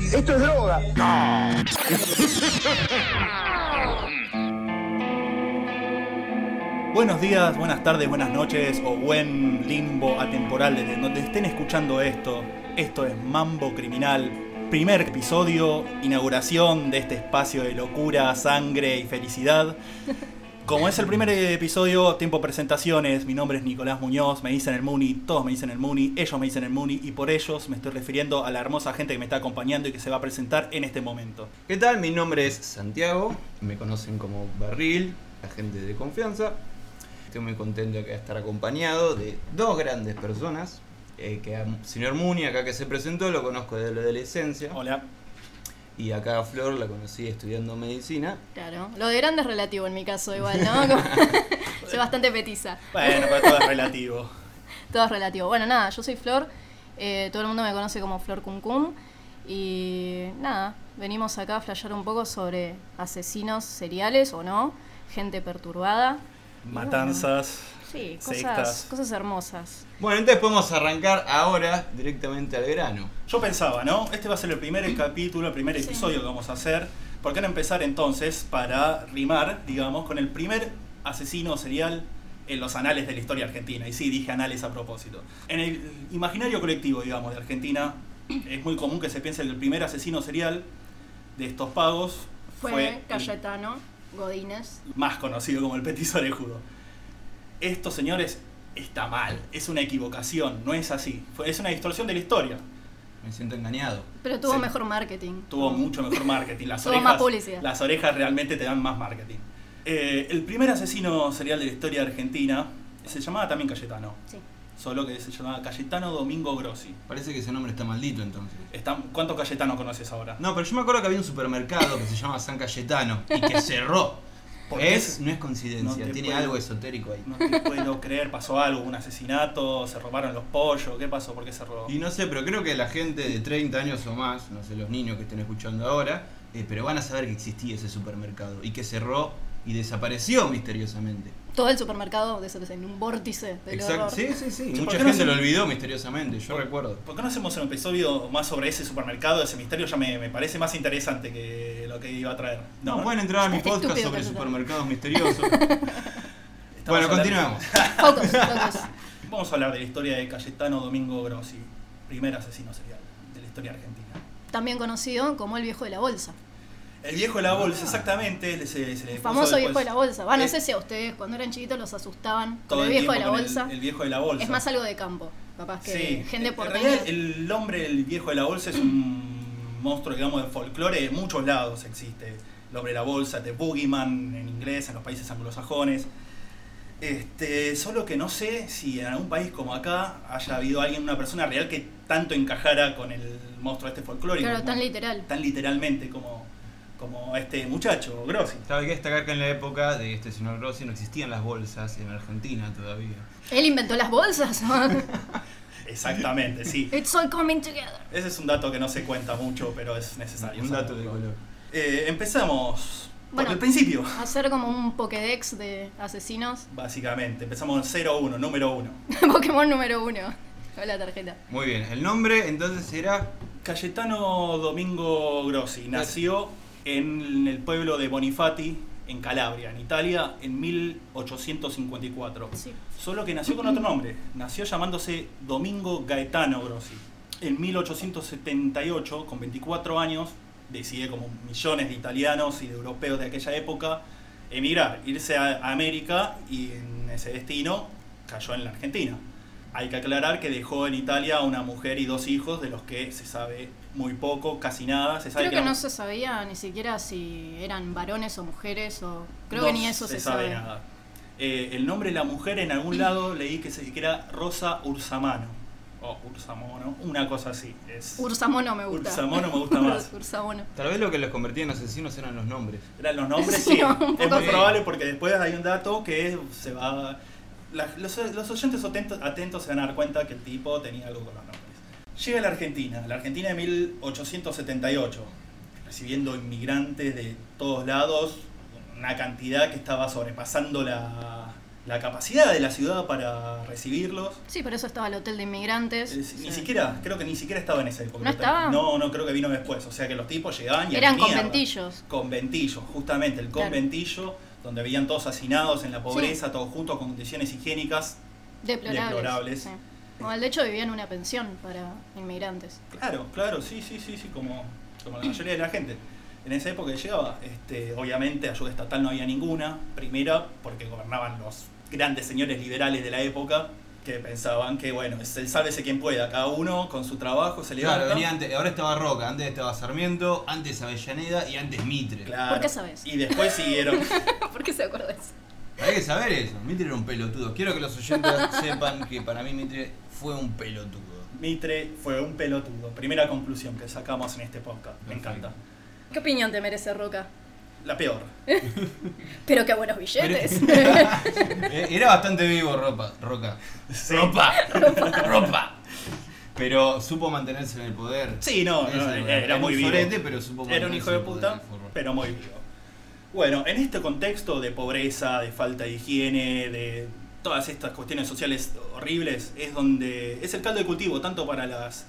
Esto es droga. Buenos días, buenas tardes, buenas noches o buen limbo atemporal desde donde estén escuchando esto. Esto es Mambo Criminal, primer episodio, inauguración de este espacio de locura, sangre y felicidad. Como es el primer episodio, tiempo presentaciones, mi nombre es Nicolás Muñoz, me dicen el Muni, todos me dicen el Muni, ellos me dicen el Muni y por ellos me estoy refiriendo a la hermosa gente que me está acompañando y que se va a presentar en este momento. ¿Qué tal? Mi nombre es Santiago, me conocen como Barril, la gente de confianza. Estoy muy contento de que estar acompañado de dos grandes personas. eh, que a señor Muni, acá que se presentó, lo conozco desde la adolescencia. Hola. Y acá a Flor la conocí estudiando medicina. Claro. Lo de grande es relativo en mi caso, igual, ¿no? Como- Soy bastante petiza. Bueno, para todo es relativo. Todo es relativo. Bueno, nada, yo soy Flor. eh, todo el mundo me conoce como Flor Cum Cum. Y nada, venimos acá a flashear un poco sobre asesinos seriales o no, gente perturbada. Matanzas. Sí, Sectas. cosas, cosas hermosas. Bueno, entonces podemos arrancar ahora directamente al grano. Yo pensaba, ¿no? Este va a ser el primer capítulo, el primer episodio que vamos a hacer. ¿Por qué no empezar entonces para rimar, digamos, con el primer asesino serial en los anales de la historia argentina? Y sí, dije anales a propósito. En el imaginario colectivo, digamos, de Argentina, es muy común que se piense que el primer asesino serial de estos pagos Fue, fue, Cayetano, Godínez. más conocido como el petiso orejudo. Esto, señores, está mal. Es una equivocación, no es así. Fue- Es una distorsión de la historia. Me siento engañado. Pero tuvo Sí. mejor marketing. tuvo mucho mejor marketing. Las Tuvo orejas, más publicidad. Las orejas realmente te dan más marketing. Eh, el primer asesino serial de la historia argentina se llamaba también Cayetano, Sí. solo que se llamaba Cayetano Domingo Grossi. Parece que ese nombre está maldito entonces. Está- ¿Cuántos Cayetanos conoces ahora? No, pero yo me acuerdo que había un supermercado que se llama San Cayetano y que cerró. ¿Por qué Es, se- no es No coincidencia, te tiene puedo- algo esotérico ahí. No te puedo creer, pasó algo, un asesinato, se robaron los pollos, ¿qué pasó? ¿Por qué se robó? Y no sé, pero creo que la gente de 30 años o más, no sé, los niños que estén escuchando ahora, eh, pero van a saber que existía ese supermercado y que cerró y desapareció misteriosamente. Todo el supermercado desapareció en un vórtice del horror. Sí, sí, sí. Che, ¿por Mucha qué no gente se- lo olvidó misteriosamente, yo recuerdo. ¿Por qué no hacemos un episodio más sobre ese supermercado, ese misterio? Ya me, me parece más interesante que lo que iba a traer. No, pueden entrar a mi Está podcast estúpido, sobre pero- supermercados misteriosos. Estamos bueno, hablando- continuamos. Focus, focus. Vamos a hablar de la historia de Cayetano Domingo Grossi, primer asesino serial de la historia argentina. También conocido como el viejo de la bolsa. El viejo de la bolsa, exactamente. le- se- se le Ah. El puso famoso después viejo de la bolsa. Va, no Eh. sé si a ustedes cuando eran chiquitos los asustaban con todo el viejo de la tiempo con el- bolsa. El, viejo de la bolsa. Es más algo de campo, capaz que Sí. gente En- en por realidad, el hombre, el viejo de la bolsa, es un monstruo, digamos, de folclore. De muchos lados existe. El hombre de la bolsa, de Boogeyman en inglés, en los países anglosajones. Este, solo que no sé si en algún país como acá haya habido alguien, una persona real que tanto encajara con el monstruo este folclórico. Claro, como- tan literal. tan literalmente como, como este muchacho, Grossi. Cabe que destacar que en la época de este señor Grossi no existían las bolsas en Argentina todavía. Él inventó las bolsas. Exactamente, sí. It's all coming together. Ese es un dato que no se cuenta mucho, pero es necesario. Un dato de saberlo. color. Eh, empezamos por Bueno. el principio, Hacer como un Pokédex de asesinos. básicamente. Empezamos en 0-1, número 1. Pokémon número uno. Con la tarjeta. Muy bien, el nombre entonces era Cayetano Domingo Grossi nació en el pueblo de Bonifati, en Calabria, en Italia, en 1854. Sí. Solo que nació con otro nombre. Nació llamándose Domingo Gaetano Grossi. En 1878, con 24 años, decide, como millones de italianos y de europeos de aquella época, emigrar, irse a América y en ese destino cayó en la Argentina. Hay que aclarar que dejó en Italia a una mujer y dos hijos, de los que se sabe muy poco, casi nada. Se sabe Creo que eran- no se sabía ni siquiera si eran varones o mujeres o... Creo no que ni eso se, sabe. nada. Eh, el nombre de la mujer en algún lado leí que, se, que era Rosa Ursamano. O Ursamono, una cosa así. Es, Ursamono me gusta. Ursamono me gusta más. Ursamono. Tal vez lo que los convertía en asesinos eran los nombres. Eran los nombres, Sí, sí. un poco es muy sí. probable porque después hay un dato que se va. la- los, los oyentes atentos, atentos se van a dar cuenta que el tipo tenía algo con los nombres. Llega a la Argentina, la Argentina de 1878, recibiendo inmigrantes de todos lados, una cantidad que estaba sobrepasando la, la capacidad de la ciudad para recibirlos. Sí, por eso estaba el hotel de inmigrantes. Es- Ni Sí. siquiera, creo que ni siquiera estaba en esa época. ¿No estaba? No, no, creo que vino después. O sea que los tipos llegaban y Eran con conventillos. Conventillos, justamente, el Claro. conventillo donde vivían todos hacinados en la pobreza, todos juntos con condiciones higiénicas. Deplorables. Deplorables. sí. Bueno, de hecho vivían en una pensión para inmigrantes. Claro, claro, sí, sí, sí, sí, como, como la mayoría de la gente. En esa época que llegaba, este, obviamente ayuda estatal no había ninguna. Primera, porque gobernaban los grandes señores liberales de la época que pensaban que, bueno, es el sálvese quien pueda, cada uno con su trabajo se levanta. Claro, venía antes, ahora estaba Roca, antes estaba Sarmiento, antes Avellaneda y antes Mitre. Claro. ¿Por qué sabes? Y después siguieron. ¿Por qué se acuerda de eso? Hay que saber eso, Mitre era un pelotudo. Quiero que los oyentes sepan que para mí Mitre fue un pelotudo. Mitre fue un pelotudo. Primera conclusión que sacamos en este podcast. Me Perfecto. encanta. ¿Qué opinión te merece Roca? La peor. Pero qué buenos billetes. Eh, Era bastante vivo Ropa, Roca. Sí. Ropa, ropa. Pero supo mantenerse en el poder. Sí, no, Ese no, era, era, un muy vivo. sorete, pero supo Era un mantenerse hijo de en el puta, poder, forro. pero muy vivo. Bueno, en este contexto de pobreza, de falta de higiene, de todas estas cuestiones sociales horribles, es donde es el caldo de cultivo tanto para las,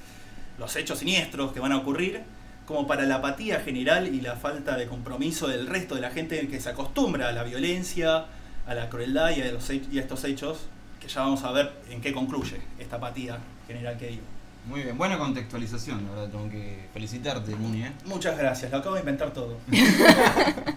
los hechos siniestros que van a ocurrir, como para la apatía general y la falta de compromiso del resto de la gente que se acostumbra a la violencia, a la crueldad y a, los he- y a estos hechos, que ya vamos a ver en qué concluye esta apatía general que digo. Muy bien, buena contextualización, la verdad, tengo que felicitarte, Muni, ¿eh? Muchas gracias, lo acabo de inventar todo. en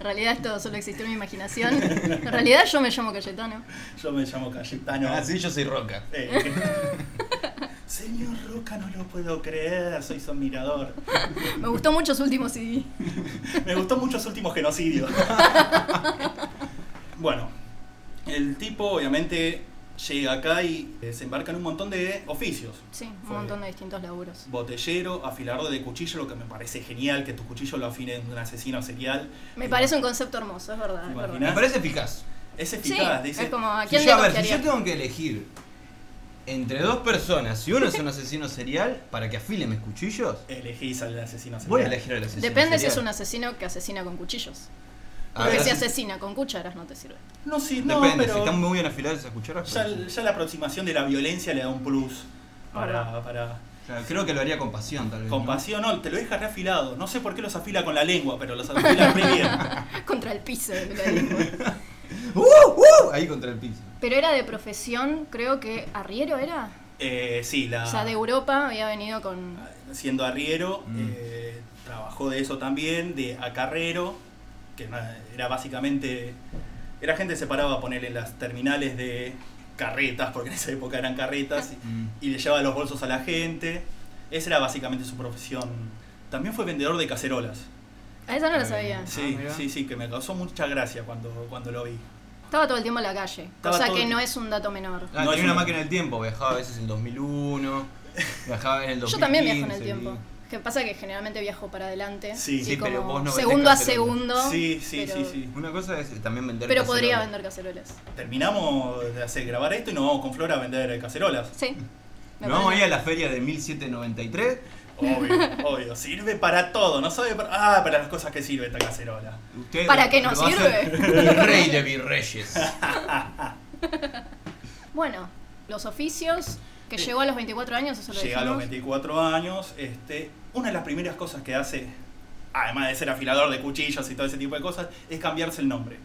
realidad esto solo existió en mi imaginación. En realidad yo me llamo Cayetano. Yo me llamo Cayetano. Ah, sí, yo soy Roca. Eh, Señor Roca, no lo puedo creer, soy su admirador. Me gustó mucho su último CD. Me gustó mucho su último genocidio. Bueno, el tipo obviamente llega acá y desembarca en un montón de oficios. Sí, un Fue montón de distintos laburos. Botellero, afilador de cuchillo, lo que me parece genial, que tu cuchillo lo afine un asesino serial. Me parece un concepto hermoso, es verdad. Es verdad. Imaginás. Me parece eficaz. Es Sí, eficaz, dice. es como a Si quién yo, le a ver, si gustaría. yo tengo que elegir entre dos personas, si uno es un asesino serial, para que afile mis cuchillos, Elegís al asesino serial. voy a elegir al asesino Depende si serial. es un asesino que asesina con cuchillos. A Porque ver, si- si asesina con cucharas no te sirve. No, sí, no, Depende, pero... si están muy bien afiladas esas cucharas. Ya, pues, ya la aproximación de la violencia le da un plus para, para claro, creo que lo haría con pasión, tal vez. ¿no? compasión. No, te lo deja reafilado. No sé por qué los afila con la lengua, pero los afila re bien. Contra el piso. de la lengua. ¡Uh! ¡Uh! Ahí contra el piso. Pero era de profesión, creo que arriero era. Eh, sí, la, O sea, de Europa había venido con... siendo arriero, Mm. eh, trabajó de eso también, de acarrero, que na- era básicamente... Era gente que se paraba a ponerle en las terminales de carretas, porque en esa época eran carretas, Mm. y le llevaba los bolsos a la gente. Esa era básicamente su profesión. También fue vendedor de cacerolas. A esa Ah, no la Eh, sabía. sí. Sí, Ah, mirá. sí, sí, que me causó mucha gracia cuando, cuando lo vi. Estaba todo el tiempo en la calle. Estaba cosa todo que el- no es un dato menor. Ah, No, tenía es una una- máquina del tiempo, viajaba a veces en el 2001, viajaba en Ah, el 2015. Yo también viajo en el y- tiempo. Que pasa que generalmente viajo para adelante. Sí. y Sí, como pero vos no vendés segundo a cacerolas. segundo. Sí, sí, pero- sí, sí. Una cosa es eh, también vender Pero podría cacerolas. vender cacerolas. Terminamos de hacer grabar esto y nos vamos con Flora a vender cacerolas. Sí. Me Nos vamos a ir parece. a la feria de 1793. Obvio, obvio. Sirve para todo, no sabe para. Ah, para las cosas que sirve esta cacerola. Usted ¿Para lo- qué nos lo va a hacer el rey de virreyes. Bueno, los oficios, que llegó a los 24 años, eso lo Llega a los dijimos. 24 años. Este, una de las primeras cosas que hace, además de ser afilador de cuchillos y todo ese tipo de cosas, es cambiarse el nombre.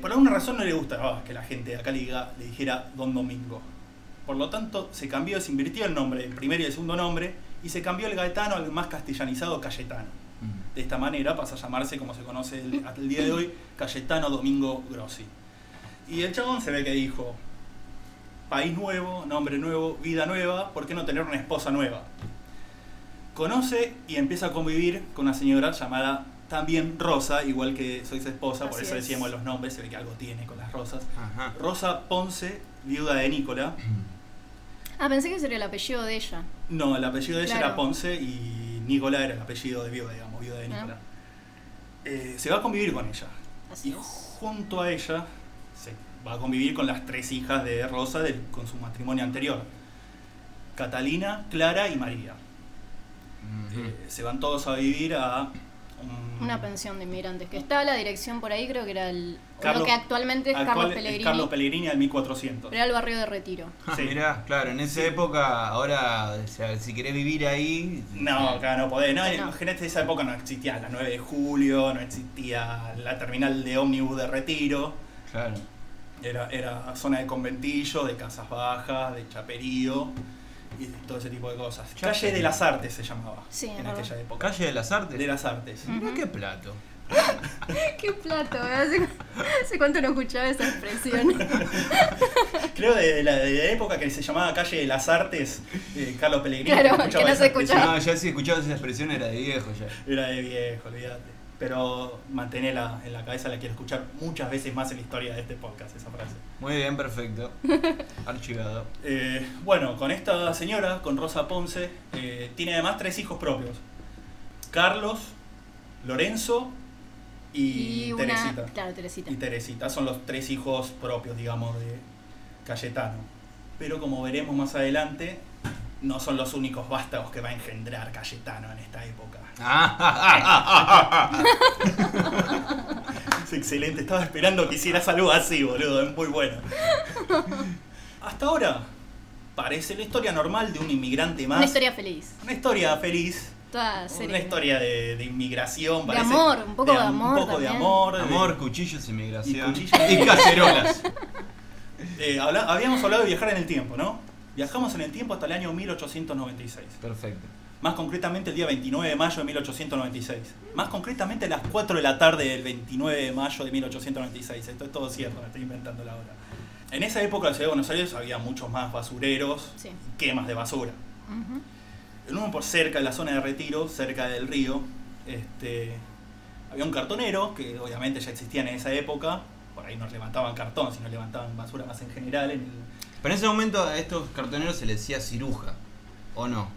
Por alguna razón no le gustaba que la gente de acá le, diga- le dijera Don Domingo. Por lo tanto, se cambió, se invirtió el nombre, el primer y el segundo nombre, y se cambió el Gaetano al más castellanizado Cayetano. De esta manera pasa a llamarse, como se conoce el- hasta el día de hoy, Cayetano Domingo Grossi. Y el chabón se ve que dijo, país nuevo, nombre nuevo, vida nueva, ¿por qué no tener una esposa nueva? Conoce y empieza a convivir con una señora llamada también Rosa, igual que soy su esposa, por Así eso es. decíamos los nombres, se ve que algo tiene con las rosas. Ajá. Rosa Ponce, viuda de Nicola. Ah, pensé que sería el apellido de ella. No, el apellido de ella Claro. era Ponce y Nicola era el apellido de viuda, digamos, viuda de Ah. Nicola. Eh, se va a convivir con ella. Así Y es. junto a ella se va a convivir con las tres hijas de Rosa del- con su matrimonio anterior. Catalina, Clara y María. Ujú. Eh, se van todos a vivir a un- Una pensión de inmigrantes que está la dirección por ahí, creo que era el, Carlos- lo que actualmente es al Carlos cual es Pellegrini. Carlos Pellegrini al 1400. pero era el barrio de Retiro. Sí. Ah, Mirá, claro, en esa época, ahora, o sea, si querés vivir ahí. No, acá no podés. No, No. Imagínate, esa época no existía la 9 de julio, no existía la terminal de ómnibus de retiro. Claro. Era, era zona de conventillo, de casas bajas, de chaperío y de todo ese tipo de cosas. Chaperío. Calle de las Artes se llamaba Sí, es en verdad. Mm. aquella época. Calle de las Artes. de las Artes. Mirá qué plato. Qué plato, ¿eh? hace, hace cuánto no escuchaba esa expresión. Creo de, de la, de la época que se llamaba Calle de las Artes, eh, Carlos Pellegrini. Claro, no que no esa se escuchaba. expresión. No, ya si escuchabas esa expresión era de viejo ya. Era de viejo, olvídate. Pero mantenerla en la cabeza, la quiero escuchar muchas veces más en la historia de este podcast, esa frase. Muy bien, perfecto. Archivado. Eh, bueno, con esta señora, con Rosa Ponce, eh, tiene además tres hijos propios. Carlos, Lorenzo y, Y una. Teresita. Claro, Teresita. Y Teresita son los tres hijos propios, digamos, de Cayetano. Pero como veremos más adelante, no son los únicos vástagos que va a engendrar Cayetano en esta época. Es excelente, estaba esperando que hicieras algo así, boludo, es muy bueno. Hasta ahora parece la historia normal de un inmigrante más. Una historia feliz. Una historia feliz, Toda seria. una historia de, de inmigración, De parece. amor, un poco de am- amor Un poco de también. amor. de- Amor, cuchillos y migración. Y cuchillos. Y cacerolas. eh, habla- habíamos hablado de viajar en el tiempo, ¿no? Viajamos en el tiempo hasta el año 1896. Perfecto. Más concretamente el día 29 de mayo de 1896. Más concretamente a las 4 de la tarde del 29 de mayo de 1896. Esto es todo cierto, me estoy inventando la hora. En esa época en la ciudad de Buenos Aires había muchos más basureros, Sí. quemas de basura. Ujú. En uno por cerca de la zona de retiro, cerca del río, este, había un cartonero, que obviamente ya existían en esa época. Por ahí no levantaban cartón, sino levantaban basura más en general. En el Pero en ese momento a estos cartoneros se les decía ciruja. ¿O no?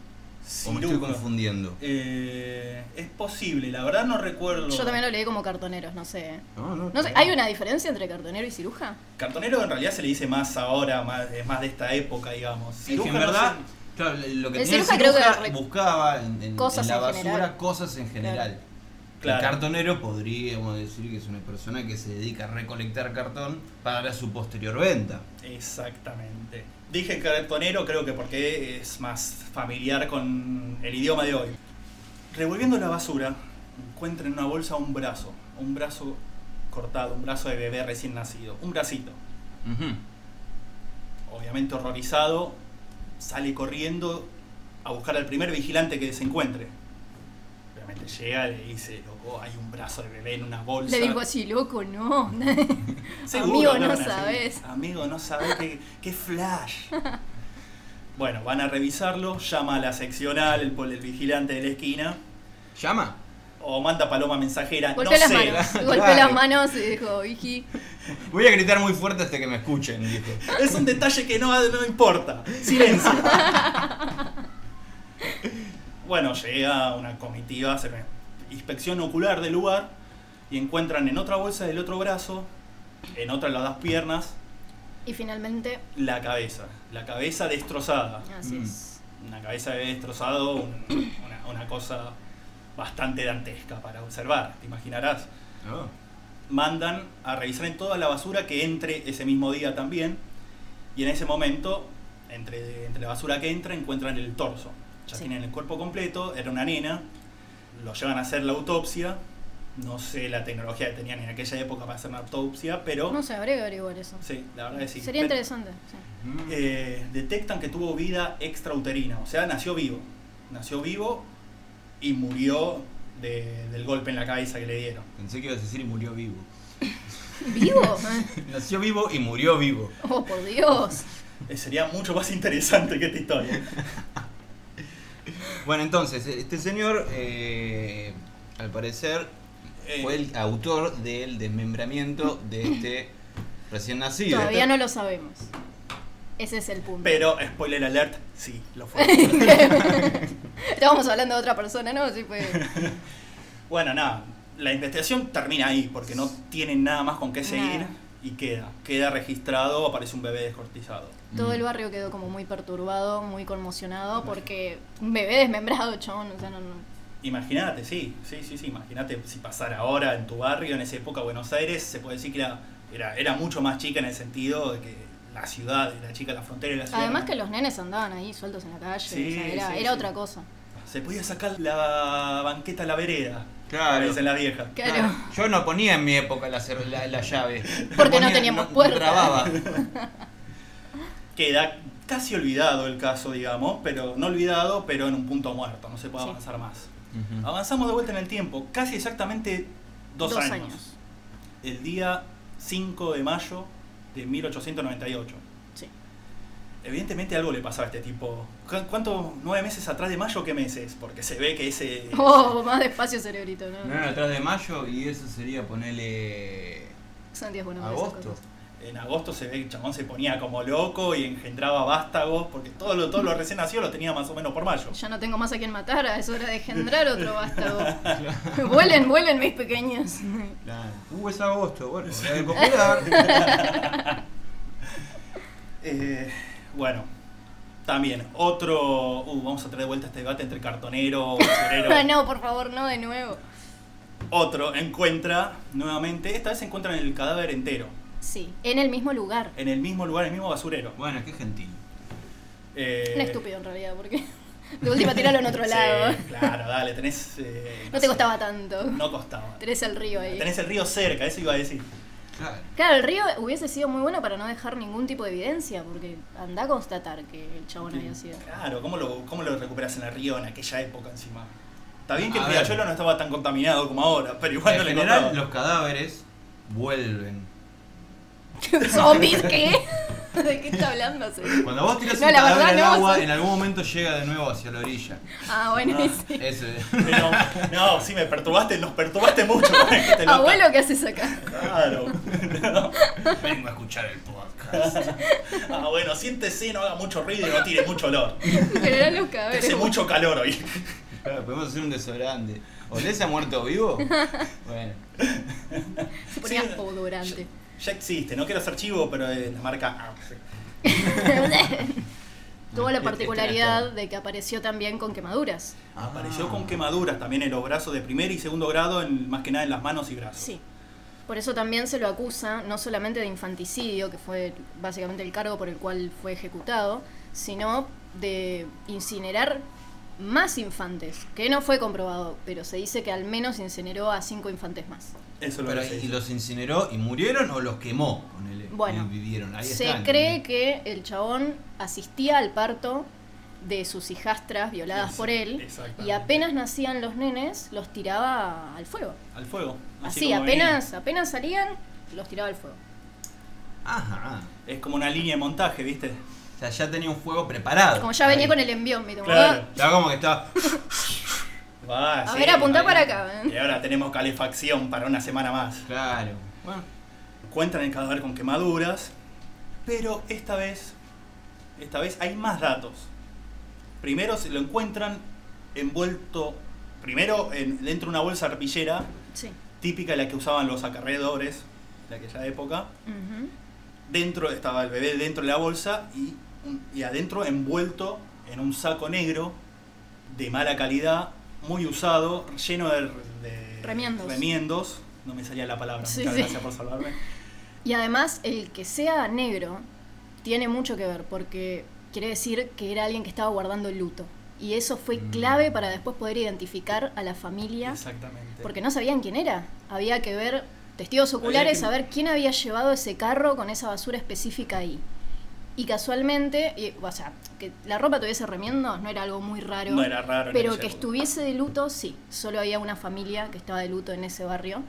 O me estoy Ciruja. confundiendo. Eh, es posible, la verdad no recuerdo. Yo también lo leí como cartoneros, no sé. No, no. No sé, ¿hay una diferencia entre cartonero y ciruja? Cartonero en realidad se le dice más ahora, más, es más de esta época, digamos. Es que Ciruja, en no verdad, sé. claro, lo que tenía El el ciruja creo que ciruja re- buscaba en, en- Cosas en la en basura general. cosas en general. Claro. El cartonero podríamos decir que es una persona que se dedica a recolectar cartón para su posterior venta. Exactamente. Dije cartonero creo que porque es más familiar con el idioma de hoy. Revolviendo la basura, encuentra en una bolsa un brazo, un brazo cortado, un brazo de bebé recién nacido, un bracito. Ujú. Obviamente horrorizado, sale corriendo a buscar al primer vigilante que se encuentre. Obviamente llega y le dice, loco, hay un brazo de bebé en una bolsa. Le digo así, loco, no. Seguro, Amigo, le no van a decir. sabes. Amigo, no sabes qué, qué flash. Bueno, van a revisarlo, llama a la seccional, el, pol- el vigilante de la esquina, ¿Llama? o manda paloma mensajera, no Golpeó las sé. manos. Golpeó Claro. las manos y dijo, Vicky. Voy a gritar muy fuerte hasta que me escuchen, dijo. Es un detalle que no, no importa. Silencio. bueno, llega una comitiva, hace una inspección ocular del lugar y encuentran en otra bolsa del otro brazo, en otra las dos piernas, Y finalmente, la cabeza. La cabeza destrozada. así Mm. es. una cabeza de bebé destrozado, un- una, una cosa bastante dantesca para observar, te imaginarás. Oh. Mandan a revisar en toda la basura que entre ese mismo día también, y en ese momento, entre, entre la basura que entra, encuentran el torso. Ya Sí. tienen el cuerpo completo, era una nena, lo llevan a hacer la autopsia, no sé la tecnología que tenían en aquella época para hacer una autopsia, pero... No sé, habría que averiguar eso. Sí, la verdad es que sí. Sería Pero- interesante. sí. Mm. eh, detectan que tuvo vida extrauterina, o sea, nació vivo. Nació vivo y murió de- del golpe en la cabeza que le dieron. Pensé que ibas a decir y murió vivo. ¿Vivo? Nació vivo y murió vivo. Oh, por Dios. Eh, sería mucho más interesante que esta historia. Bueno, entonces, este señor, eh, al parecer, Eh, fue el autor del desmembramiento de este recién nacido. Todavía no lo sabemos. Ese es el punto. Pero, spoiler alert, sí, lo fue. Estábamos hablando de otra persona, ¿no? Sí, fue. bueno, nada, la investigación termina ahí, porque no tienen nada más con qué seguir Nada. y queda. Queda registrado, aparece un bebé descortizado. Todo el barrio quedó como muy perturbado, muy conmocionado, porque un bebé desmembrado, chabón, o sea, no, no- Imagínate, sí, sí, sí, sí. Imagínate si pasara ahora en tu barrio, en esa época, Buenos Aires, se puede decir que era, era, era mucho más chica en el sentido de que la ciudad era chica, la frontera era la ciudad. Además ¿no? que los nenes andaban ahí sueltos en la calle, Sí, o sea, era, sí, era sí. Ah. otra cosa. Se podía sacar la banqueta a la vereda. Claro. Es en la vieja. Claro. Ah, Yo no ponía en mi época la, cer- la, la llave. Porque no Ponía- teníamos puerta. trababa. Queda casi olvidado el caso, digamos, pero no olvidado, pero en un punto muerto. No se puede Sí. avanzar más. Avanzamos de vuelta en el tiempo, casi exactamente dos, Dos años. años. El día 5 de mayo de 1898. Sí. Evidentemente algo le pasaba a este tipo. ¿Cu- ¿Cuánto? ¿Nueve meses atrás de mayo? ¿Qué meses? Porque se ve que ese... Oh, más despacio cerebrito, ¿no? No Ah. era atrás de mayo y eso sería ponerle Son días buenos para esas agosto. cosas. En agosto se ve que el chamón se ponía como loco y engendraba vástagos, porque todo lo, todo lo recién nacido lo tenía más o menos por mayo. Ya no tengo más a quien matar, ah, es hora de engendrar otro vástago. vuelen, vuelen mis pequeños. Uh, es agosto, bueno, era el popular. Eh, bueno, también otro... Uh, vamos a traer de vuelta este debate entre cartonero, basurero. Ah, no, por favor, no de nuevo. Otro encuentra nuevamente, esta vez encuentran el cadáver entero, Sí, en el mismo lugar. en el mismo lugar, en el mismo basurero. Bueno, qué gentil. Eh, Un estúpido en realidad, porque de última tiralo en otro sí, lado. claro, dale, tenés. eh, No sé, te costaba tanto. No costaba. Tenés el río ahí. Tenés el río cerca, eso iba a decir. Claro. Claro, el río hubiese sido muy bueno para no dejar ningún tipo de evidencia, porque anda a constatar que el chabón había sido. Claro, ¿cómo lo, cómo lo recuperas en el río en aquella época encima? Está bien que A el ver. riachuelo no estaba tan contaminado como ahora, pero igual no en le general, costaba. los cadáveres vuelven. ¿Zombies qué? ¿De qué está hablando? señor? Cuando vos tirás No, un la cadáver verdad al no, agua, son- en algún momento llega de nuevo hacia la orilla. Ah, bueno, Ah, y sí. Eso es. Pero, no, sí, me perturbaste, nos perturbaste mucho. con este loco. Abuelo, ¿qué haces acá? Claro. Vengo a escuchar el podcast. Ah, bueno, siéntese, no haga mucho ruido y no tire mucho olor. Pero eran los Te cadáveres. hace mucho calor hoy. Claro, podemos hacer un desodorante. ¿Olés a muerto vivo? Bueno. Se ponían Sí. odorante. Ya existe, no quiero hacer chivo, pero es la marca. Este- este Tuvo la era particularidad todo. de que apareció también con quemaduras. Apareció con quemaduras también en los brazos de primer y segundo grado, en, más que nada en las manos y brazos. Sí. Por eso también se lo acusa no solamente de infanticidio, que fue básicamente el cargo por el cual fue ejecutado, sino de incinerar más infantes, que no fue comprobado, pero se dice que al menos incineró a cinco infantes más. Eso lo Pero, que se ¿Y dice. los incineró y murieron o los quemó? Ponele. Bueno, Y vivieron. Ahí se están. cree que el chabón asistía al parto de sus hijastras violadas Sí, por él exactamente. y apenas nacían los nenes los tiraba al fuego. Al fuego. Así, como ¿Ah, apenas, apenas salían, los tiraba al fuego. Ajá. ah. venía. Es como una línea de montaje, ¿viste? O sea, ya tenía un fuego preparado. Como ya venía Ahí. con el envión, ¿viste? Como, Claro. "Ah, Estaba como que estaba. Va, A sí, ver, apuntá ahí. para acá, ¿eh? Y ahora tenemos calefacción para una semana más. Claro. Bueno. Encuentran el cadáver con quemaduras, pero esta vez, esta vez hay más datos. Primero se lo encuentran envuelto, primero en- dentro de una bolsa arpillera, Sí. típica la que usaban los acarreadores de aquella época. Ujú. Dentro estaba el bebé dentro de la bolsa y, un- y adentro envuelto en un saco negro de mala calidad, muy usado, lleno de, de Remiendos. remiendos. No me salía la palabra, Sí, muchas sí. gracias por salvarme. Y además, el que sea negro tiene mucho que ver, porque quiere decir que era alguien que estaba guardando el luto. Y eso fue Mm. clave para después poder identificar a la familia, Exactamente. porque no sabían quién era. Había que ver testigos oculares, que- saber quién había llevado ese carro con esa basura específica ahí. Y casualmente, y- o sea, que la ropa tuviese remiendos no era algo muy raro. no era raro. en Pero aquella que época. estuviese de luto, sí. Solo había una familia que estaba de luto en ese barrio,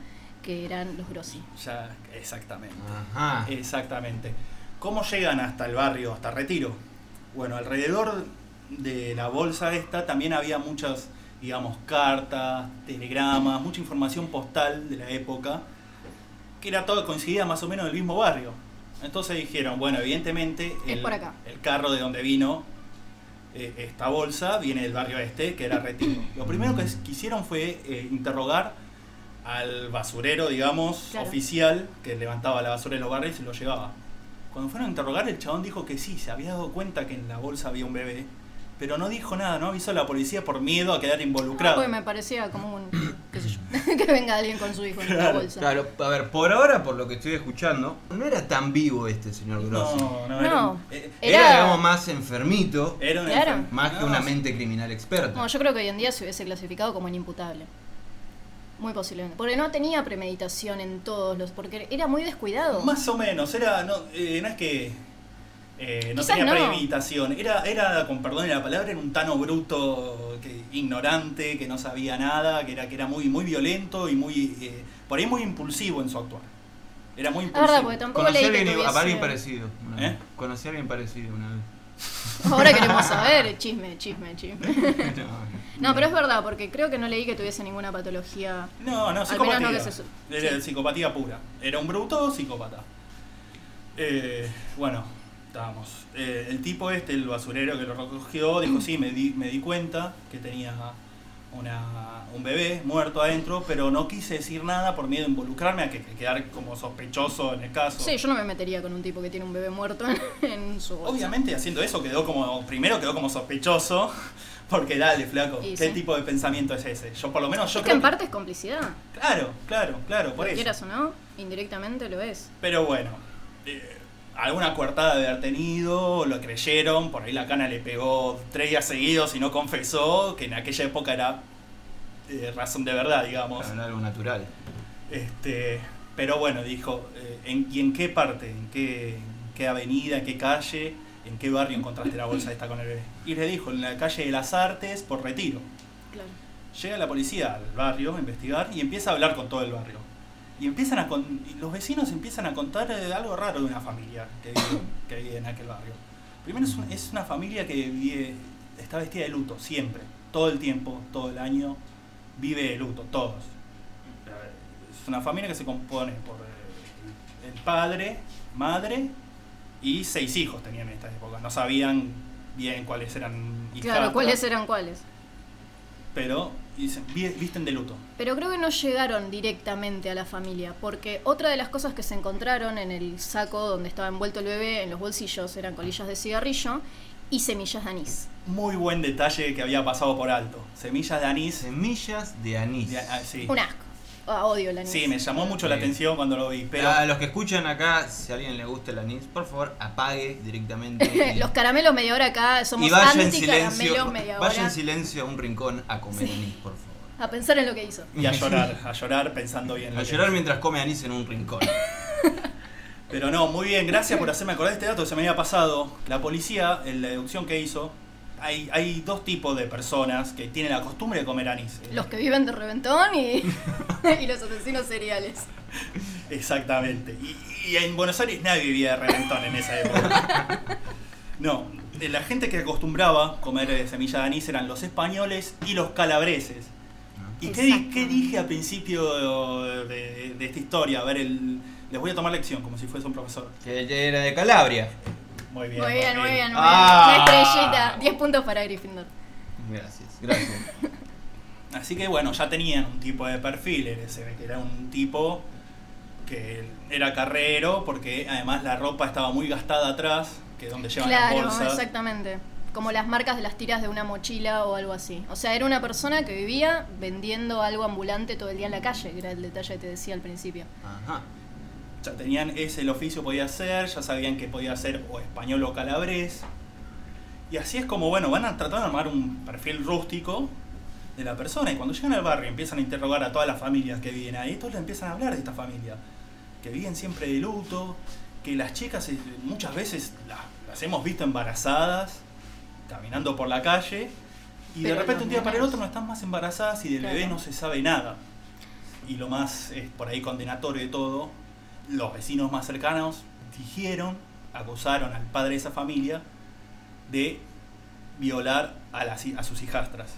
que eran los Grossi. Ya, exactamente. Ajá. Eh, Exactamente. ¿Cómo llegan hasta el barrio, hasta Retiro? Bueno, alrededor de la bolsa esta también había muchas, digamos, cartas, telegramas, mucha información postal de la época, que era todo coincidía más o menos en el mismo barrio. Entonces dijeron, bueno, evidentemente Es el, por acá. el carro de donde vino eh, esta bolsa viene del barrio este, que era Retiro. Lo primero que quisieron fue eh, interrogar al basurero, digamos, Claro. oficial, que levantaba la basura de los barrios y lo llevaba. Cuando fueron a interrogar, el chabón dijo que sí, se había dado cuenta que en la bolsa había un bebé Pero no dijo nada, no avisó a la policía por miedo a quedar involucrado. Ah, Porque me parecía como un. qué sé yo. que venga alguien con su hijo en una Claro, bolsa. Claro, a ver, por ahora, por lo que estoy escuchando, no era tan vivo este señor Grossi. no, no, No. era- eh, Era, Era- digamos, más enfermito, era un Claro. enfermo. más que No, una sí. mente criminal experta. No, yo creo que hoy en día se hubiese clasificado como inimputable. Muy posiblemente. Porque no tenía premeditación en todos los. Porque era muy descuidado. Más o menos, era, no, eh, no es que eh, no Quizás tenía no. premeditación, era, era, con perdón de la palabra, era un tano bruto, que, ignorante, que no sabía nada, que era, que era muy, muy violento y muy, eh, por ahí muy impulsivo en su actuar. Era muy La impulsivo. verdad, porque tampoco Conocí a leí que alguien, a alguien tuviese... parecido. Una vez. ¿Eh? Conocí a alguien parecido una vez. Ahora queremos saber. Chisme, chisme, chisme. No, No, pero es verdad, porque creo que no leí que tuviese ninguna patología. No, no, Al psicopatía. menos no que se su- Era sí. psicopatía pura. Era un bruto psicópata. Eh, bueno, estábamos. Eh, el tipo este, el basurero que lo recogió, dijo, sí, me di, me di cuenta que tenía una, un bebé muerto adentro, pero no quise decir nada por miedo a involucrarme, a que, que quedar como sospechoso en el caso. Sí, yo no me metería con un tipo que tiene un bebé muerto en, en su bolsa. Obviamente haciendo eso quedó como, primero quedó como sospechoso, porque dale, flaco, Y ¿qué sí. tipo de pensamiento es ese? Yo por lo menos yo Es que creo en que- parte es complicidad. Claro, claro, claro, por Lo eso. quieras o no, indirectamente lo es. Pero bueno, eh, alguna coartada de haber tenido, lo creyeron, por ahí la cana le pegó tres días seguidos y no confesó, que en aquella época era eh, razón de verdad, digamos. Era algo natural. Este, pero bueno, dijo, eh, ¿en, ¿y en qué parte, en qué, en qué avenida, en qué calle, en qué barrio encontraste la bolsa esta con el bebé? Y le dijo, en la calle de las Artes, por retiro. Claro. Llega la policía al barrio a investigar y empieza a hablar con todo el barrio. Y empiezan a con- y los vecinos empiezan a contar eh, algo raro de una familia que vive, que vive en aquel barrio. Primero es, un- es una familia que vive- está vestida de luto, siempre, todo el tiempo, todo el año, vive de luto, todos. Es una familia que se compone por eh, el padre, madre y seis hijos tenían en esta época. No sabían bien cuáles eran Claro, hijastras, ¿cuáles eran cuáles? pero dicen, "Vi- visten de luto. Pero creo que no llegaron directamente a la familia, porque otra de las cosas que se encontraron en el saco donde estaba envuelto el bebé, en los bolsillos, eran colillas de cigarrillo y semillas de anís. Muy buen detalle que había pasado por alto. Semillas de anís. Semillas de anís. de- ah, sí. Un asco. Ah, odio el anís. Sí, me llamó mucho la Sí. Ah, atención cuando lo vi. Pero a los que escuchan acá, si a alguien le gusta el anís, por favor, apague directamente. y- los caramelos media hora acá somos y vaya en anti silencio. caramelos media Vaya hora. en silencio a un rincón a comer Sí. anís, por favor. A pensar en lo que hizo. y a llorar, a llorar pensando bien. lo A que- llorar mientras come anís en un rincón. Pero no, muy bien, gracias por hacerme acordar de este dato que se me había pasado. La policía, en la deducción que hizo, hay, hay dos tipos de personas que tienen la costumbre de comer anís. Los que viven de reventón y, y los asesinos seriales. Exactamente. Y, y en Buenos Aires nadie vivía de reventón en esa época. No, eh, la gente que acostumbraba comer eh, semilla de anís eran los españoles y los calabreses. ¿Y qué, di- qué dije al principio de, de esta historia? A ver, el, les voy a tomar lección, como si fuese un profesor. Que ella era de Calabria. Muy bien. Muy bien, muy bien, muy bien. Ah. Una estrellita. 10 puntos para Gryffindor. Gracias, gracias. Así que bueno, ya tenían un tipo de perfil, eh, se ve que era un tipo que era carrero, porque además la ropa estaba muy gastada atrás, que es donde llevan las Claro, bolsas. exactamente. Como las marcas de las tiras de una mochila o algo así. O sea, era una persona que vivía vendiendo algo ambulante todo el día en la calle, que era el detalle que te decía al principio. Ajá. Ya tenían ese el oficio podía ser, ya sabían que podía ser o español o calabrés. Y así es como, bueno, van a tratar de armar un perfil rústico de la persona. Y cuando llegan al barrio empiezan a interrogar a todas las familias que viven ahí, todos le empiezan a hablar de esta familia. Que viven siempre de luto, que las chicas eh, muchas veces la- las hemos visto embarazadas, caminando por la calle. Y Pero de repente los un día para el nenes. otro no están más embarazadas y del bebé Claro. no se sabe nada. Y lo más eh, por ahí condenatorio de todo, los vecinos más cercanos dijeron, acusaron al padre de esa familia de violar a, las, hi- a sus hijastras.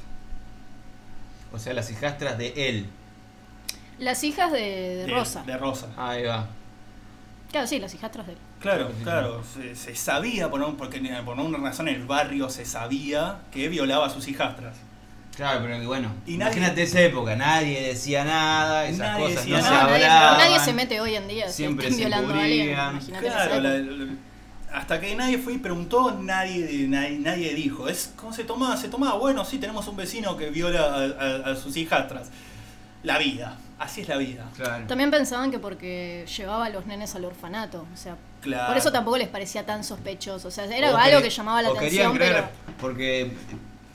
O sea, las hijastras de él. Las hijas de, de Rosa. De Rosa. Ahí va. Claro, sí, las hijastras de él. Claro, claro. Se, se sabía, por, un- porque por una razón el barrio se sabía que violaba a sus hijastras. Claro, pero que bueno. Y nadie- imagínate esa época, nadie decía nada, esas Nadie cosas decía no se nada. nadie, hablaban. nadie se mete hoy en día. si siempre están se violando a alguien. cubrían. imagínate Claro, esa la- época. la- Hasta que nadie fue y preguntó, nadie, nadie, nadie dijo. Es, ¿Cómo se tomaba? Se tomaba, bueno, sí, tenemos un vecino que viola a, a- a sus hijastras. La vida, así es la vida. Claro. También pensaban que porque llevaba a los nenes al orfanato, o sea, Claro. por eso tampoco les parecía tan sospechoso, o sea, era O algo quería- que llamaba la o querían atención, pero... creer, porque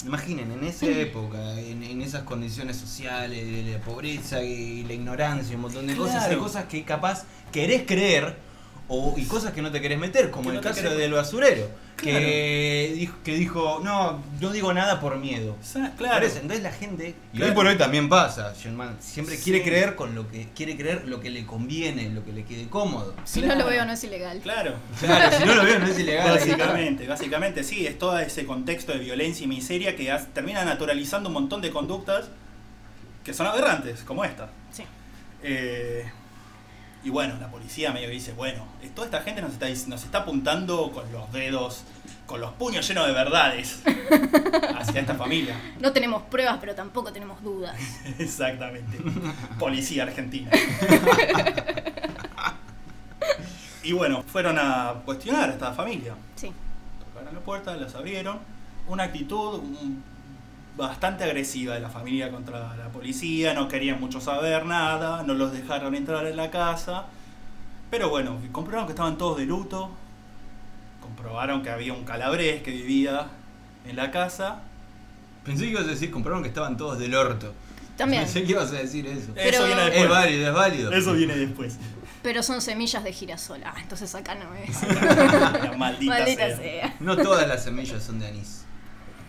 imaginen, en esa época, en, en esas condiciones sociales, de la pobreza y la ignorancia, y un montón de cosas, hay Claro. cosas que capaz querés creer o, y cosas que no te querés meter, como Que el no te caso querés- del basurero, Claro. que, dijo, que dijo, no, no digo nada por miedo. O sea, Por claro. eso, entonces la gente, y Claro. hoy por hoy también pasa, Germán, siempre Sí. quiere creer con lo que quiere creer lo que le conviene, lo que le quede cómodo. Si no lo Claro. veo no es ilegal. Claro. Claro, si no lo veo no es ilegal. Básicamente, básicamente, sí, es todo ese contexto de violencia y miseria que has- termina naturalizando un montón de conductas que son aberrantes, como esta. Sí. Eh, y bueno, la policía medio dice, bueno, eh, toda esta gente nos está, dic- nos está apuntando con los dedos, con los puños llenos de verdades hacia esta familia. No tenemos pruebas, pero tampoco tenemos dudas. Exactamente. Policía argentina. y bueno, fueron a cuestionar a esta familia. Sí. Tocaron la puerta, las abrieron. Una actitud mm, bastante agresiva de la familia contra la policía, no querían mucho saber nada, no los dejaron entrar en la casa. Pero bueno, comprobaron que estaban todos de luto, comprobaron que había un calabrés que vivía en la casa. Pensé que ibas a decir, compraron que estaban todos del orto. También. Pensé que ibas a decir eso. Eh, Pero- Eso viene Es después. válido, es válido. Eso viene después. Pero son semillas de girasol. Ah, entonces acá no es. La maldita, Maldita sea. sea. No todas las semillas son de anís.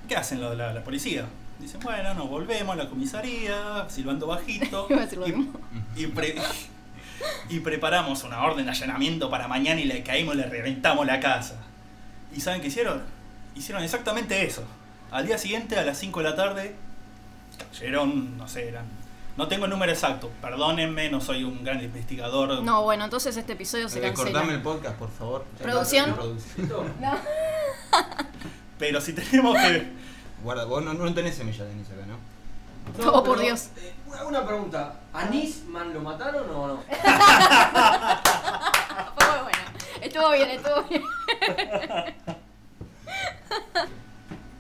¿Qué hacen lo- la, la policía? Dicen, bueno, nos volvemos a la comisaría, silbando bajito. Iba a decir lo mismo. y, pre- y preparamos una orden de allanamiento para mañana y le caímos y le reventamos la casa. ¿Y saben qué hicieron? Hicieron exactamente eso. Al día siguiente, a las 5 de la tarde, cayeron, no sé, eran... No tengo el número exacto, perdónenme, no soy un gran investigador. No, bueno, entonces este episodio se Eh, cortame el cancela. podcast, por favor. Producción. No. Pero si tenemos que... Guarda, vos no, no tenés semillas de anís acá, ¿no? Oh, pero, por Dios. eh, una- una pregunta. ¿A Nisman lo mataron o no? Ah, Fue muy bueno. Estuvo bien, estuvo bien.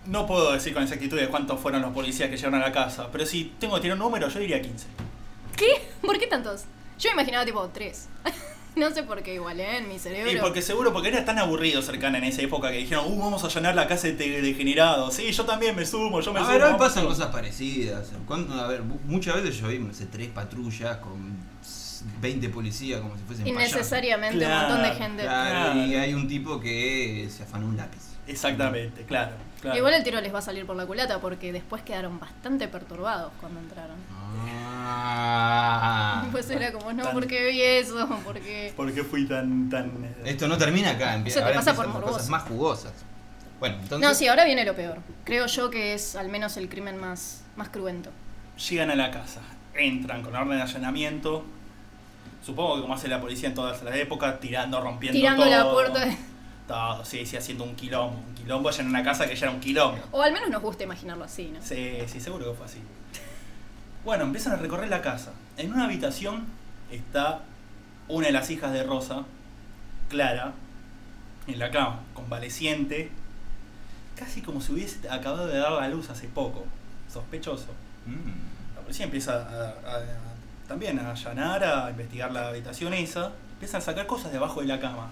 No puedo decir con exactitud de cuántos fueron los policías que llegaron a la casa, pero si tengo que tirar un número, yo diría 15. ¿Qué? ¿Por qué tantos? Yo me imaginaba tipo tres. No sé por qué igual, ¿eh? En mi cerebro. Y porque seguro, porque era tan aburrido cercana en esa época que dijeron, uh, vamos a llenar la casa de te- degenerados. Sí, yo también me sumo, yo me A sumo. ver, hoy pasan cosas parecidas. ¿Cuándo? A ver, mu- muchas veces yo vi, no sé, tres patrullas con 20 policías como si fuesen payasos. Innecesariamente Claro, un montón de gente. Claro, Claro. y hay un tipo que se afanó un lápiz. Exactamente, claro. claro. Igual el tiro les va a salir por la culata porque después quedaron bastante perturbados cuando entraron. Ah. Pues era como, no, Tan- ¿por qué vi eso? ¿Por qué? ¿Por qué fui tan... tan eh, Esto no termina acá, empie- Eso te ahora pasa empiezan las por morboso. cosas más jugosas. Bueno, entonces No, sí, ahora viene lo peor. Creo yo que es al menos el crimen más, más cruento. Llegan a la casa, entran con orden de allanamiento. Supongo que como hace la policía en todas las épocas, tirando, rompiendo Tirando todo. la puerta. de- Todo, sí, sí, haciendo un quilombo. Un quilombo ya en una casa que ya era un quilombo. O al menos nos gusta imaginarlo así, ¿no? Sí, sí, seguro que fue así. Bueno, empiezan a recorrer la casa. En una habitación está una de las hijas de Rosa, Clara, en la cama, convaleciente, casi como si hubiese acabado de dar la luz hace poco. Sospechoso. Mm. La policía empieza a- a- a- también a allanar, a investigar la habitación esa. Empiezan a sacar cosas debajo de la cama.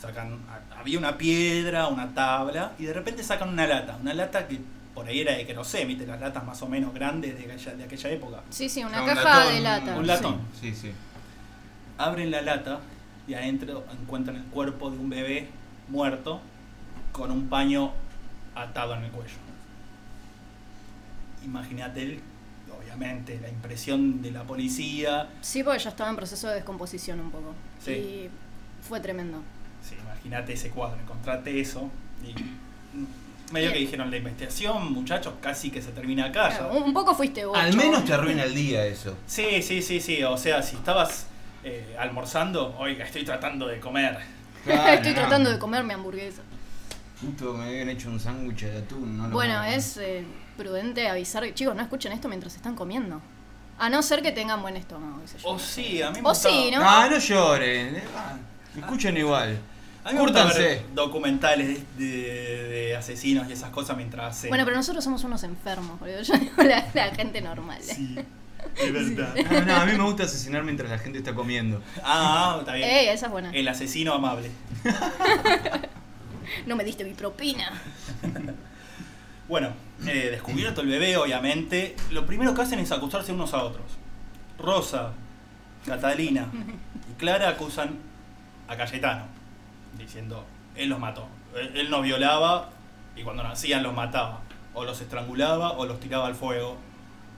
Sacan, a- había una piedra, una tabla, y de repente sacan una lata. Una lata que por ahí era de que no sé, viste, las latas más o menos grandes de aquella, de aquella época. Sí, sí, una Ah, un caja latón, de lata. un latón. Sí, sí. Abren la lata y adentro encuentran el cuerpo de un bebé muerto con un paño atado en el cuello. Imagínate, el- obviamente, la impresión de la policía, Sí. Sí, porque ya estaba en proceso de descomposición un poco. Sí. Y fue tremendo. Sí, imagínate ese cuadro, encontrate eso. Y medio que dijeron la investigación, muchachos, casi que se termina acá. Ah, ya. Claro, un un poco fuiste vos. Al chabón. menos te arruina el día eso. Sí, sí, sí, sí. O sea, si estabas eh, almorzando, oiga, estoy tratando de comer. Estoy tratando de comer mi hamburguesa. Justo me habían hecho un sándwich de atún, no lo- Bueno, es eh, prudente avisar. Chicos, no escuchen esto mientras están comiendo. A no ser que tengan buen estómago, qué sé yo. O sí, eh, a mí me O sí, gustaba- ¿no? ¿no? Ah, no lloren. eh, ah, Escuchen igual. A mí me gusta Cúrtanse. ver documentales de, de- de asesinos y esas cosas mientras eh, se. Bueno, pero nosotros somos unos enfermos, boludo. Yo digo la, la gente normal. Sí, es verdad. No, no, a mí me gusta asesinar mientras la gente está comiendo. Ah, está bien. Ey, esa es buena. El asesino amable. No me diste mi propina. Bueno, eh, descubierto el bebé, obviamente, lo primero que hacen es acusarse unos a otros. Rosa, Catalina y Clara acusan a Cayetano, diciendo, él los mató. Eh, Él, él los violaba y cuando nacían los mataba. O los estrangulaba o los tiraba al fuego.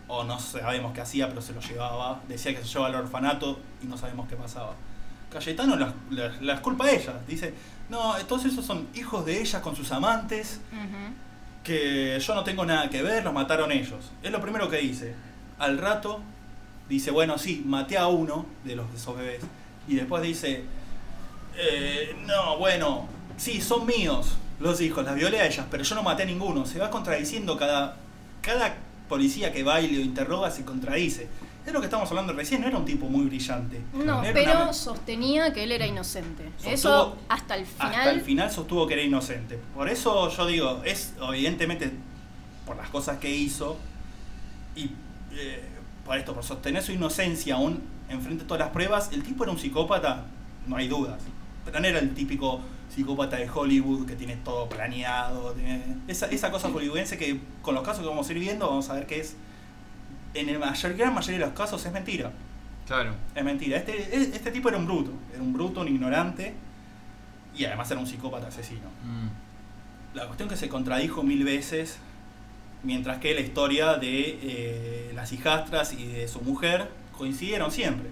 O no sabemos qué hacía, pero se los llevaba. Decía que se llevaba al orfanato y no sabemos qué pasaba. Cayetano las, las- las culpa a ella. Dice, no, todos esos son hijos de ella con sus amantes Ujú. que yo no tengo nada que ver, los mataron ellos. Es lo primero que dice. Al rato dice, bueno, sí, maté a uno de los de esos bebés. Y después dice, "Eh, no, bueno, sí, son míos los hijos, las violé a ellas, pero yo no maté a ninguno. Se va contradiciendo cada, cada policía que va y lo interroga, se contradice. Es lo que estamos hablando recién, no era un tipo muy brillante. No, Era una- pero sostenía que él era inocente. Sostuvo- Eso hasta el final. hasta el final sostuvo que era inocente. Por eso yo digo, es evidentemente por las cosas que hizo y eh, por esto, por sostener su inocencia aún enfrente de todas las pruebas, el tipo era un psicópata, no hay dudas. Pero no era el típico psicópata de Hollywood que tiene todo planeado. tiene- Esa, esa cosa hollywoodense que con los casos que vamos a ir viendo vamos a ver que es, en el mayor, gran mayoría de los casos es mentira. Claro. Es mentira. Este, este tipo era un bruto. Era un bruto, un ignorante. Y además era un psicópata asesino. La cuestión que se contradijo mil veces. Mientras que la historia de eh, las hijastras y de su mujer coincidieron siempre.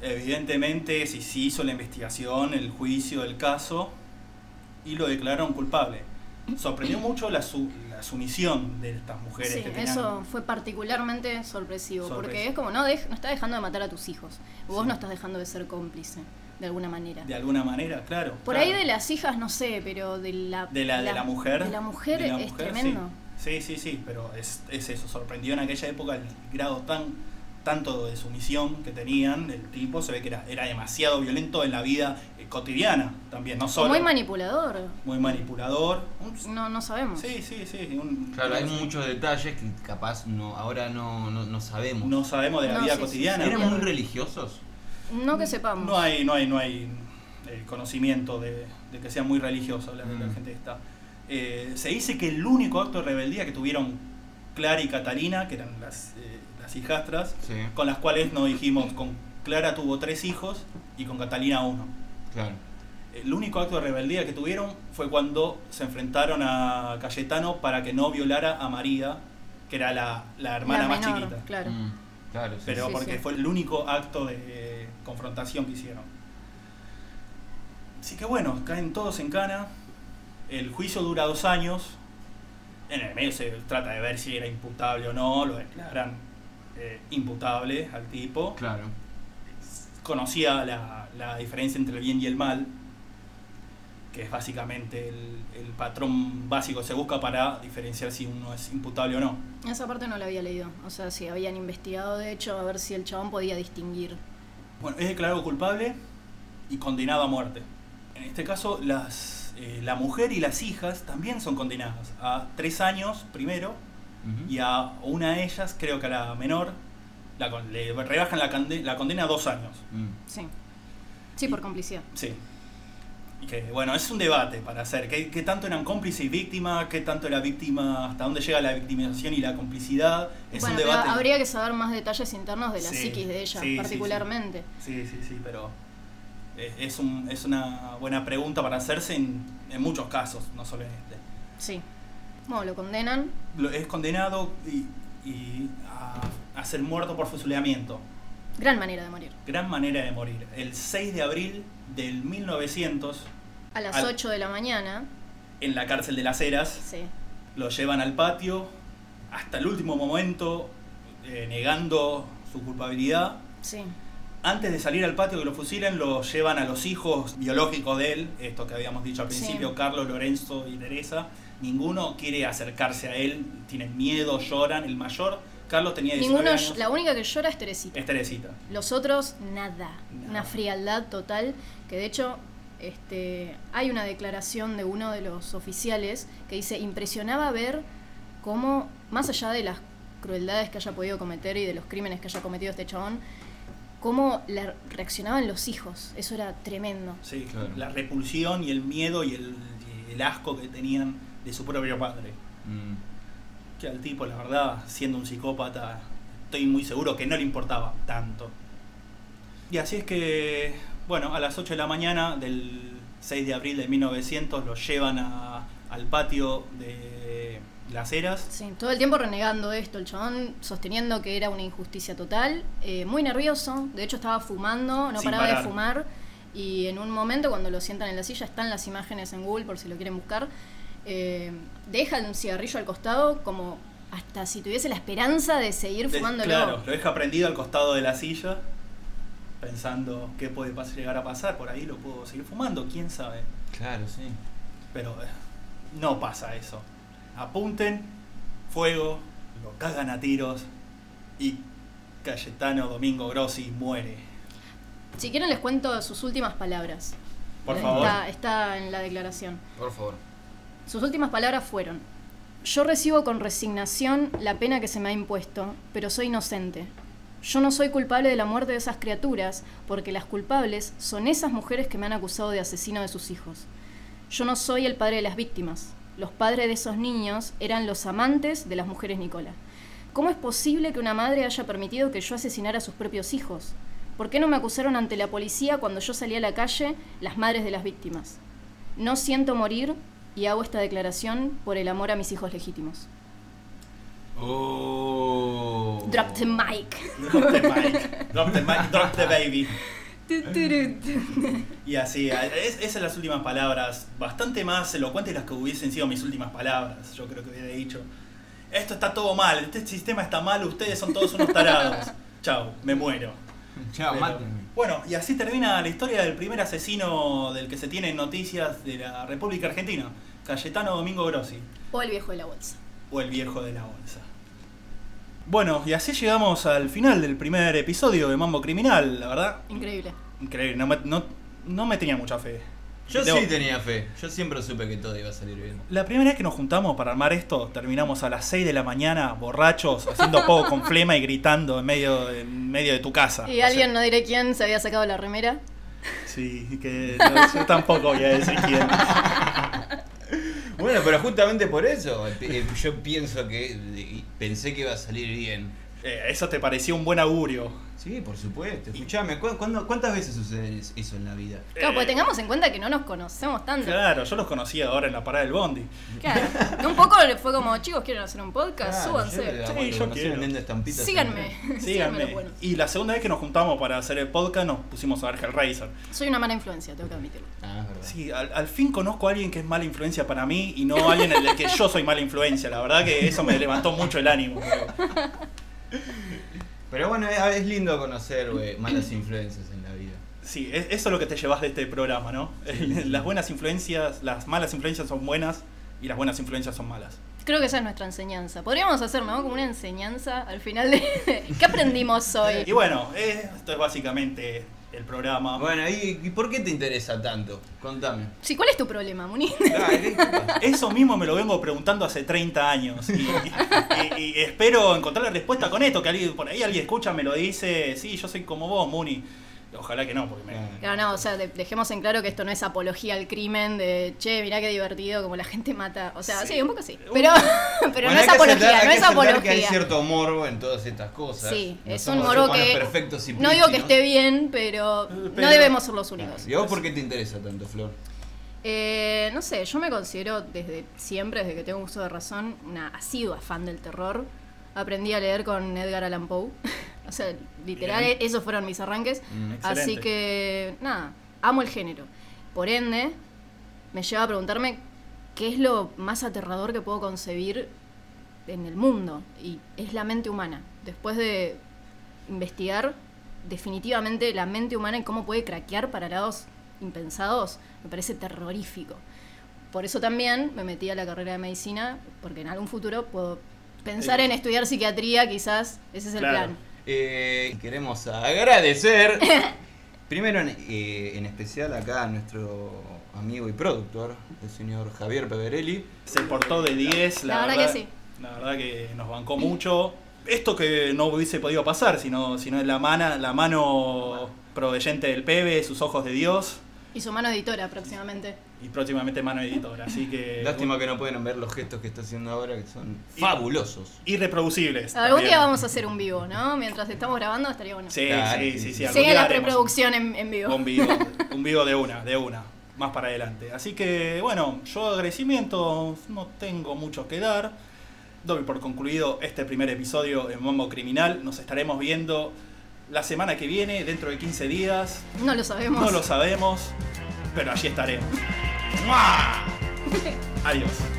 Evidentemente, si se hizo la investigación, el juicio, el caso, y lo declararon culpable. Sorprendió mucho la, su- la sumisión de estas mujeres Sí, que tenían. eso fue particularmente sorpresivo, porque Sorpresivo. es como no, dej- no estás dejando de matar a tus hijos, vos Sí. no estás dejando de ser cómplice, de alguna manera. De alguna manera, claro. Por claro. ahí de las hijas, no sé, pero de la, De la, de la mujer. De la mujer de la es mujer, sí. tremendo. Sí, sí, sí, pero es, es eso. Sorprendió en aquella época el grado tan tanto de sumisión que tenían el tipo. Se ve que era, era demasiado violento en la vida eh, cotidiana también, no solo. Muy manipulador, muy manipulador. Un- no, no sabemos. sí, sí, sí. un- Claro, hay muchos detalles que capaz no, ahora no, no, no sabemos. No sabemos de la No, vida sí, sí, cotidiana. sí. ¿Eran muy religiosos? No que sepamos. No hay, no hay, no hay eh, conocimiento de, de que sea muy religioso la, la Mm. gente está. Eh, se dice que el único acto de rebeldía que tuvieron Clara y Catalina, que eran las, eh, las hijastras, Sí, con las cuales no dijimos, con Clara tuvo tres hijos y con Catalina uno. claro. El único acto de rebeldía que tuvieron fue cuando se enfrentaron a Cayetano para que no violara a María, que era la, la La hermana más menor, chiquita. Claro. Mm, claro, sí. Pero Sí, porque sí. fue el único acto de eh, confrontación que hicieron. Así que bueno, caen todos en cana. El juicio dura dos años. En el medio se trata de ver si era imputable o no. Lo declaran eh, imputable al tipo. Claro. Conocía la, la diferencia entre el bien y el mal, que es básicamente el, el patrón básico que se busca para diferenciar si uno es imputable o no. Esa parte no la había leído. O sea, si habían investigado, de hecho, a ver si el chabón podía distinguir. Bueno, es declarado culpable y condenado a muerte. En este caso, las, eh, la mujer y las hijas también son condenadas a tres años primero Ujú. y a una de ellas, creo que a la menor, la con- le rebajan la, cande- la condena a dos años. Mm. Sí. Sí, por complicidad. Sí. Y Que, bueno, es un debate para hacer. ¿Qué, qué tanto eran cómplice y víctima? ¿Qué tanto era víctima? ¿Hasta dónde llega la victimización y la complicidad? Es bueno, un pero debate. habría que saber más detalles internos de la Sí, psiquis de ella, sí, sí, sí. particularmente. Sí, sí, sí, pero eh, es, un- es una buena pregunta para hacerse en, en muchos casos, no solo en este. Sí. Bueno, lo condenan. Lo- Es condenado y, y a, a ser muerto por fusilamiento. Gran manera de morir. Gran manera de morir. El 6 de abril del 1900, A las Al- 8 de la mañana. en la cárcel de las Heras, Sí. lo llevan al patio, hasta el último momento, eh, negando su culpabilidad. Sí. Antes de salir al patio que lo fusilen, lo llevan a los hijos biológicos de él, esto que habíamos dicho al Sí. principio, Carlos, Lorenzo y Teresa. Ninguno quiere acercarse a él, tienen miedo, lloran. El mayor, Carlos tenía 19 Ninguno, años, la única que llora es Teresita. es Teresita. Los otros, nada. Nada. Una frialdad total. Que de hecho, este, hay una declaración de uno de los oficiales que dice, impresionaba ver cómo, más allá de las crueldades que haya podido cometer y de los crímenes que haya cometido este chabón, cómo la- reaccionaban los hijos. Eso era tremendo. Sí, Claro. la repulsión y el miedo y el, y el asco que tenían de su propio padre. Mm. Que al tipo, la verdad, siendo un psicópata, estoy muy seguro que no le importaba tanto. Y así es que, bueno, a las 8 de la mañana del 6 de abril de 1900 lo llevan a- al patio de las Heras. Sí, todo el tiempo renegando esto, el chabón sosteniendo que era una injusticia total, eh, muy nervioso, de hecho estaba fumando, no Sin paraba parar. de fumar, y en un momento cuando lo sientan en la silla, están las imágenes en Google por si lo quieren buscar, eh, deja un cigarrillo al costado como hasta si tuviese la esperanza de seguir De- fumándolo. Claro, lo deja prendido al costado de la silla, pensando qué puede pas- llegar a pasar, por ahí lo puedo seguir fumando, quién sabe. Claro, sí. Pero eh, no pasa eso. Apunten, fuego, lo cagan a tiros y Cayetano Domingo Grossi muere. Si quieren les cuento sus últimas palabras. Por Eh, favor. Está, está en la declaración. Por favor. Sus últimas palabras fueron, yo recibo con resignación la pena que se me ha impuesto, pero soy inocente. Yo no soy culpable de la muerte de esas criaturas, porque las culpables son esas mujeres que me han acusado de asesino de sus hijos. Yo no soy el padre de las víctimas. Los padres de esos niños eran los amantes de las mujeres Nicola. ¿Cómo es posible que una madre haya permitido que yo asesinara a sus propios hijos? ¿Por qué no me acusaron ante la policía cuando yo salí a la calle las madres de las víctimas? No siento morir y hago esta declaración por el amor a mis hijos legítimos. Oh. Drop the mic. Drop the mic, drop the mic, drop the baby. Tu, tu, tu. Y así, a- es- esas son las últimas palabras, bastante más elocuentes las que hubiesen sido mis últimas palabras, yo creo que hubiera dicho. Esto está todo mal, este sistema está mal, ustedes son todos unos tarados. Chau, me muero. Chao, Pero- mátenme. Bueno, y así termina la historia del primer asesino del que se tienen noticias de la República Argentina, Cayetano Domingo Grossi, O el viejo de la bolsa. o el viejo de la bolsa. Bueno, y así llegamos al final del primer episodio de Mambo Criminal, la verdad. Increíble. Increíble, no me, no- no me tenía mucha fe. Yo Debo- sí tenía fe. Yo siempre supe que todo iba a salir bien. La primera vez que nos juntamos para armar esto, terminamos a las 6 de la mañana, borrachos, haciendo poco con flema y gritando en medio, en medio de tu casa. Y O alguien, sea, no diré quién, se había sacado la remera. Sí, que no, yo tampoco voy a decir quién. Bueno, pero justamente por eso eh, yo pienso que y pensé que iba a salir bien. Eh, eso te parecía un buen augurio. Sí, por supuesto. Escuchame, ¿cu- cuándo- ¿cuántas veces sucede es- eso en la vida? Claro, Eh. porque tengamos en cuenta que no nos conocemos tanto. Claro, yo los conocí ahora en la parada del bondi. Claro. Que un poco fue como, chicos, quieren hacer un Ah, podcast, súbanse. Sí, yo quiero. Síganme. Síganme los Síganme. buenos. Y la segunda vez que nos juntamos para hacer el podcast nos pusimos a ver Hellraiser. Soy una mala influencia, tengo que admitirlo. Ah, es verdad. Sí, al, al fin conozco a alguien que es mala influencia para mí y no a alguien en el que yo soy mala influencia. La verdad que eso me levantó mucho el ánimo. pero- Pero bueno, es, es lindo conocer güey, malas influencias en la vida. Sí, es- eso es lo que te llevas de este programa, ¿no? Las buenas influencias, las malas influencias son buenas y las buenas influencias son malas. Creo que esa es nuestra enseñanza. Podríamos hacer, ¿no? Como una enseñanza al final de. ¿Qué aprendimos Y hoy? bueno, eh, esto es básicamente el programa. Bueno, ¿y, y por qué te interesa tanto? Contame. Sí, ¿cuál es tu problema, Muni? Dale, Eso mismo me lo vengo preguntando hace 30 años. Y, y- y espero encontrar la respuesta con esto, que alguien, por ahí alguien escucha, me lo dice, sí, yo soy como vos, Muni. Ojalá que no, porque me... Claro, no, o sea, de- dejemos en claro que esto no es apología al crimen de che, mirá qué divertido como la gente mata. O sea, Sí. sí, un poco sí. Pero, pero Bueno, no hay es que apología, aceptar- hay no que es aceptar que hay apología. cierto morbo en todas estas cosas. Sí, No es un somos moro humanos que. perfectos y no digo que prístinos. esté bien, pues pero, Pero- no debemos ser los únicos. Claro. ¿Y a vos por qué te interesa tanto, Flor? Eh, no sé, yo me considero desde siempre, desde que tengo uso de razón, una asidua fan del terror. Aprendí a leer con Edgar Allan Poe. o sea, literal, Bien. esos fueron mis arranques. Mm. Excelente. Así que, nada, amo el género. Por ende, me lleva a preguntarme qué es lo más aterrador que puedo concebir en el mundo. Y es la mente humana. Después de investigar definitivamente la mente humana y cómo puede craquear para lados impensados, me parece terrorífico. Por eso también me metí a la carrera de medicina, porque en algún futuro puedo pensar en estudiar psiquiatría, quizás ese es el Claro. plan. Eh, queremos agradecer Primero, en, eh, en especial acá a nuestro amigo y productor, el señor Javier Peverelli. Se portó de 10, la, La verdad que sí. La verdad que nos bancó mucho. Esto que no hubiese podido pasar, sino, sino la, mana, la mano proveyente del Pebe, sus ojos de Dios Y su mano editora próximamente. y próximamente mano editora. Así que. Lástima que no pueden ver los gestos que está haciendo ahora, que son Eh, Y- fabulosos. Irreproducibles. Algún también. día vamos a hacer un vivo, ¿no? Mientras estamos grabando estaría bueno. Sí, Claro. sí, sí, sí. algún Sigue día la haremos. preproducción en, en vivo. Un vivo, un vivo de una, de una. Más para adelante. Así que, bueno, yo agradecimiento no tengo mucho que dar. Doy por concluido este primer episodio en Mambo Criminal. Nos estaremos viendo la semana que viene, dentro de 15 días. No lo sabemos. No lo sabemos, pero allí estaremos. ¡Mua! Adiós.